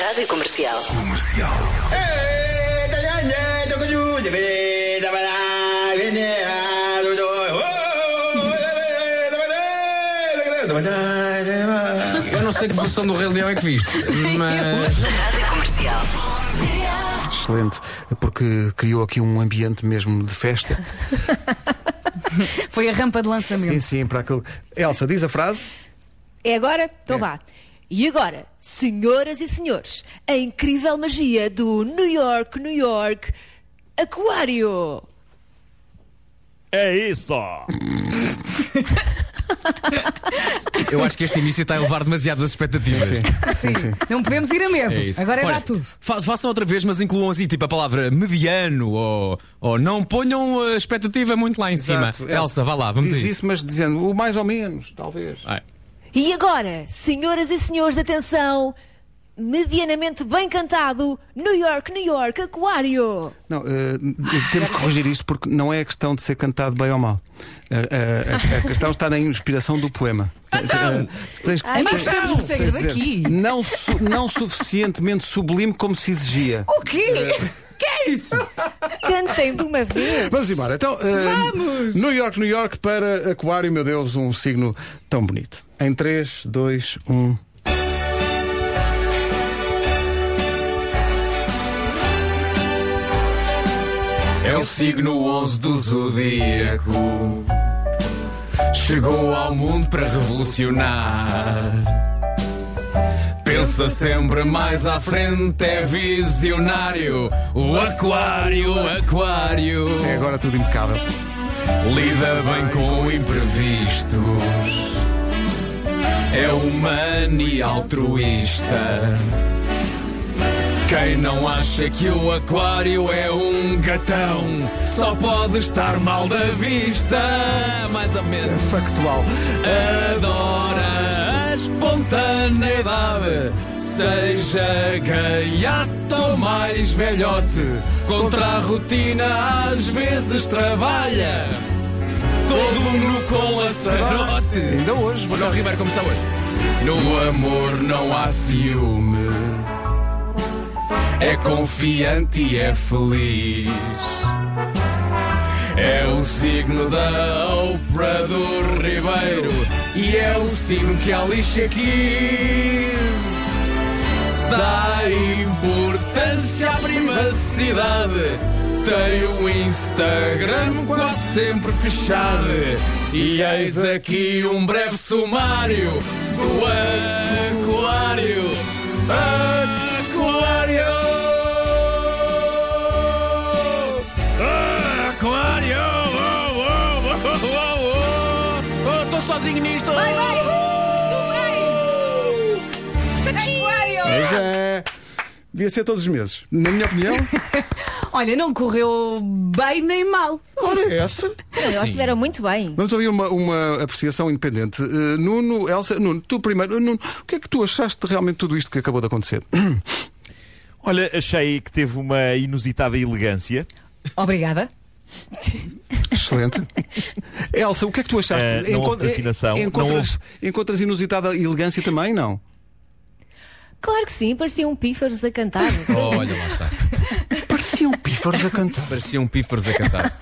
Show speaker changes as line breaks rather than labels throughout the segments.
Rádio Comercial.
Eu não sei que versão do Rei Leão é que viste, mas.
Rádio Comercial.
Excelente, porque criou aqui um ambiente mesmo de festa.
Foi a rampa de lançamento.
Sim, sim, para aquele. Elsa, diz a frase.
É agora? Então vá. E agora, senhoras e senhores, a incrível magia do New York, New York, Aquário!
É isso!
Eu acho que este início está a elevar demasiado as expectativas.
Sim, sim.
Não podemos ir a medo.
É isso.
Agora é
Olha,
dar tudo.
fa- façam outra vez, mas incluam assim, tipo a palavra mediano ou, ou não ponham a expectativa muito lá em
Exato.
cima. Elsa, vá lá, vamos a
Diz
isso.
isso, mas dizendo o mais ou menos, talvez.
Vai.
E agora, senhoras e senhores, atenção! Medianamente bem cantado, New York, New York, Aquário!
Não, eh, temos que corrigir isto porque não é a questão de ser cantado bem ou mal. Eh, eh, a, a questão está na inspiração do poema.
Ah, então!
Eh, tens que-
Ai, mas
tens-
gostamos que
tens
sejas
dizer,
aqui.
Não, su- não suficientemente sublime como se exigia.
O quê? que é isso?
Cantem de uma vez!
Vamos embora. Então, eh, New York, New York para Aquário, meu Deus, um signo tão bonito. Em um. 3, 2, 1.
É o signo 11 do zodíaco. Chegou ao mundo para revolucionar. Pensa sempre mais à frente, é visionário. O Aquário, Aquário.
É agora tudo impecável.
Lida bem com imprevistos. É humano e altruísta. Quem não acha que o aquário é um gatão só pode estar mal da vista. Mais ou menos.
Factual.
Adora a espontaneidade, seja gaiato ou mais velhote. Contra a rotina, às vezes trabalha. Todo nu com laçarote.
Ainda hoje,
Olha o Ribeiro como está hoje. No amor não há ciúme. É confiante e é feliz. É um signo da Oprah do Ribeiro. E é o signo que a lixa quis. Dá importância à privacidade. Tem o Instagram quase sempre fechado. E eis aqui um breve sumário do Aquário. Aquário! Aquário! Oh, oh, oh, oh, oh. Oh, tô sozinho nisto! Vai,
Pois é. Devia ser todos os meses. Na minha opinião,
Olha, não correu bem nem mal.
olha essa.
Eles estiveram muito bem.
Vamos ouvir uma, uma apreciação independente. Eh, Nuno, Elsa, Nuno, tu primeiro. Nuno, o que é que tu achaste de realmente tudo isto que acabou de acontecer?
Olha, achei que teve uma inusitada elegância.
Obrigada.
Excelente. Elsa, o que é que tu achaste?
Eh, não houve
Encontra-
desafinação, não
encontras, encontras inusitada elegância também? Não.
Claro que sim, pareciam pífaros a cantar.
Olha, lá está.
Pareciam pífaros um a cantar.
Pareciam pífaros a cantar.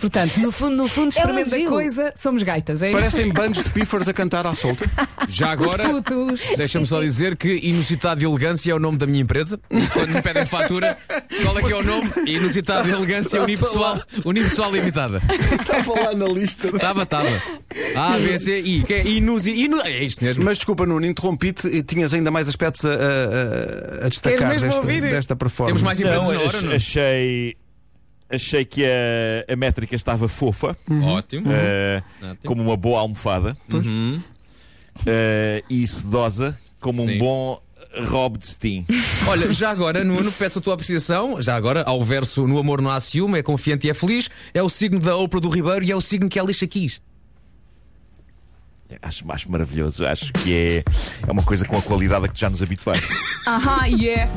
Portanto, no fundo, no fundo,
É um
experimenta a
elogio.
coisa, somos gaitas, é isso?
Parecem bandos de pífaros a cantar à solta.
Já agora,
Putos.
deixa-me só dizer que Inusitado de Elegância é o nome da minha empresa. E Quando me pedem fatura, qual é que é o nome? Inusitado de Elegância Unipessoal, Unipessoal Limitada.
Estava lá na lista.
Estava, estava. A, B, C, I. Que é, inusi, inu, é isto mesmo.
Mas desculpa, Nuno, interrompi-te e tinhas ainda mais aspectos a, a- a- a destacar
mesmo
desta,
ouvir?
desta performance.
Temos mais empresas na hora,
ach-
não?
achei. Achei que a, a métrica estava fofa,
Uhum. Ótimo.
eh,
Ótimo.
como uma boa almofada
Uhum.
eh, e sedosa, como
Sim.
um bom Rob de Steam.
Olha, já agora, Nuno, peço a tua apreciação. Já agora, ao verso No Amor Não Há Ciúme, é confiante e é feliz. É o signo da Oprah do Ribeiro e é o signo que a lixa quis.
Acho, acho maravilhoso, acho que é,
Ah,
é uma coisa com a qualidade a que tu já nos habituaste.
Aham, e é.